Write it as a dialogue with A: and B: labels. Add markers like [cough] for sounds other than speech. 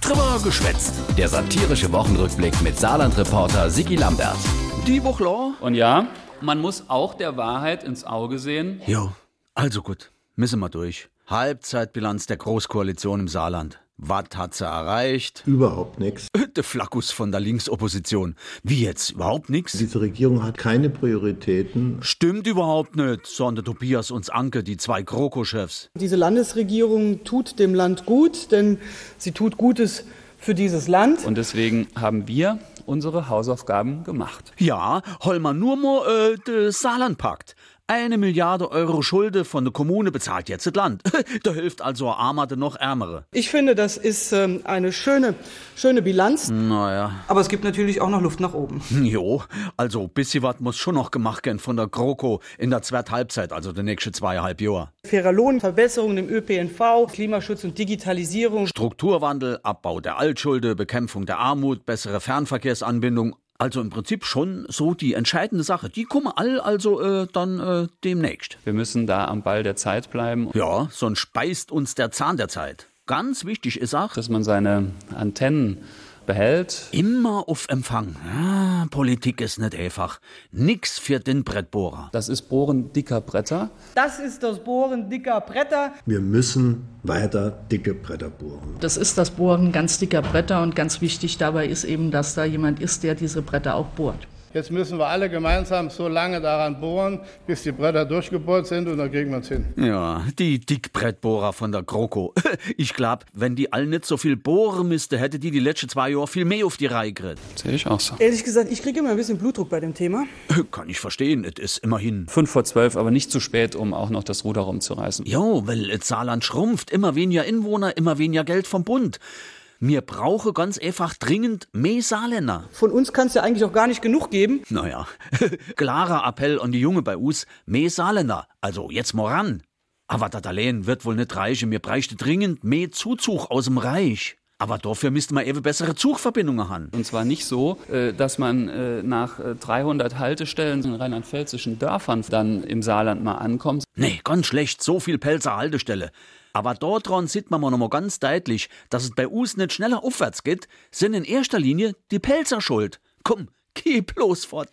A: Drüber geschwätzt. Der satirische Wochenrückblick mit Saarland-Reporter Sigi Lambert.
B: Die Woche
C: Und ja, man muss auch der Wahrheit ins Auge sehen.
B: Jo, also gut, müssen wir durch. Halbzeitbilanz der Großkoalition im Saarland. Was hat sie erreicht?
D: Überhaupt nichts.
B: De Flakus von der Linksopposition. Wie jetzt? Überhaupt nichts?
D: Diese Regierung hat keine Prioritäten.
B: Stimmt überhaupt nicht, sondern Tobias und Anke, die zwei GroKo-Chefs.
E: Diese Landesregierung tut dem Land gut, denn sie tut Gutes für dieses Land.
C: Und deswegen haben wir unsere Hausaufgaben gemacht.
B: Ja, Holmann Nurmo, äh, de Saarlandpakt. Eine Milliarde Euro Schulde von der Kommune bezahlt jetzt das Land. [laughs] da hilft also ein Armer de noch Ärmere. [laughs]
E: Ich finde, das ist ähm, eine schöne, schöne Bilanz.
B: Naja.
E: Aber es gibt natürlich auch noch Luft nach oben.
B: Jo, also bisschen was muss schon noch gemacht werden von der GroKo in der zweiten Halbzeit, also der nächsten zweieinhalb Jahre.
E: Fairer Lohn, Verbesserungen im ÖPNV, Klimaschutz und Digitalisierung.
B: Strukturwandel, Abbau der Altschulde, Bekämpfung der Armut, bessere Fernverkehrsanbindung. Also im Prinzip schon so die entscheidende Sache. Die kommen all also äh, dann äh, demnächst.
C: Wir müssen da am Ball der Zeit bleiben,
B: Ja, sonst speist uns der Zahn der Zeit. Ganz wichtig ist auch,
C: dass man seine Antennen behält.
B: immer auf Empfang. Ja, Politik ist nicht einfach. Nix für den Brettbohrer.
C: Das ist Bohren dicker Bretter.
E: Das ist das Bohren dicker Bretter.
D: Wir müssen weiter dicke Bretter bohren.
F: Das ist das Bohren ganz dicker Bretter und ganz wichtig dabei ist eben, dass da jemand ist, der diese Bretter auch bohrt.
G: Jetzt müssen wir alle gemeinsam so lange daran bohren, bis die Bretter durchgebohrt sind und dann kriegen wir es hin.
B: Ja, die Dickbrettbohrer von der GroKo. [laughs] Ich glaub, wenn die all nicht so viel bohren müsste, hätte die die letzten zwei Jahre viel mehr auf die Reihe gekriegt.
C: Sehe ich auch so.
E: Ehrlich gesagt, ich kriege immer ein bisschen Blutdruck bei dem Thema.
B: Kann ich verstehen, es ist immerhin.
C: Fünf vor zwölf, aber nicht zu spät, um auch noch das Ruder rumzureißen.
B: Jo, weil das Saarland schrumpft, immer weniger Inwohner, immer weniger Geld vom Bund. Mir brauche ganz einfach dringend mehr Saarländer.
E: Von uns kann es ja eigentlich auch gar nicht genug geben.
B: Naja, [laughs] klarer Appell an die Junge bei uns, mehr Saarländer. Also jetzt mal ran. Aber das allein wird wohl nicht reichen, mir bräuchte dringend mehr Zuzug aus dem Reich. Aber dafür müssten wir eben bessere Zugverbindungen haben.
C: Und zwar nicht so, äh, dass man äh, nach äh, 300 Haltestellen in rheinland-pfälzischen Dörfern dann im Saarland mal ankommt.
B: Nee, ganz schlecht, so viel Pelzer Haltestelle. Aber dort dran sieht man mal noch mal ganz deutlich, dass es bei uns nicht schneller aufwärts geht, sind in erster Linie die Pelzer schuld. Komm, geh bloß fort.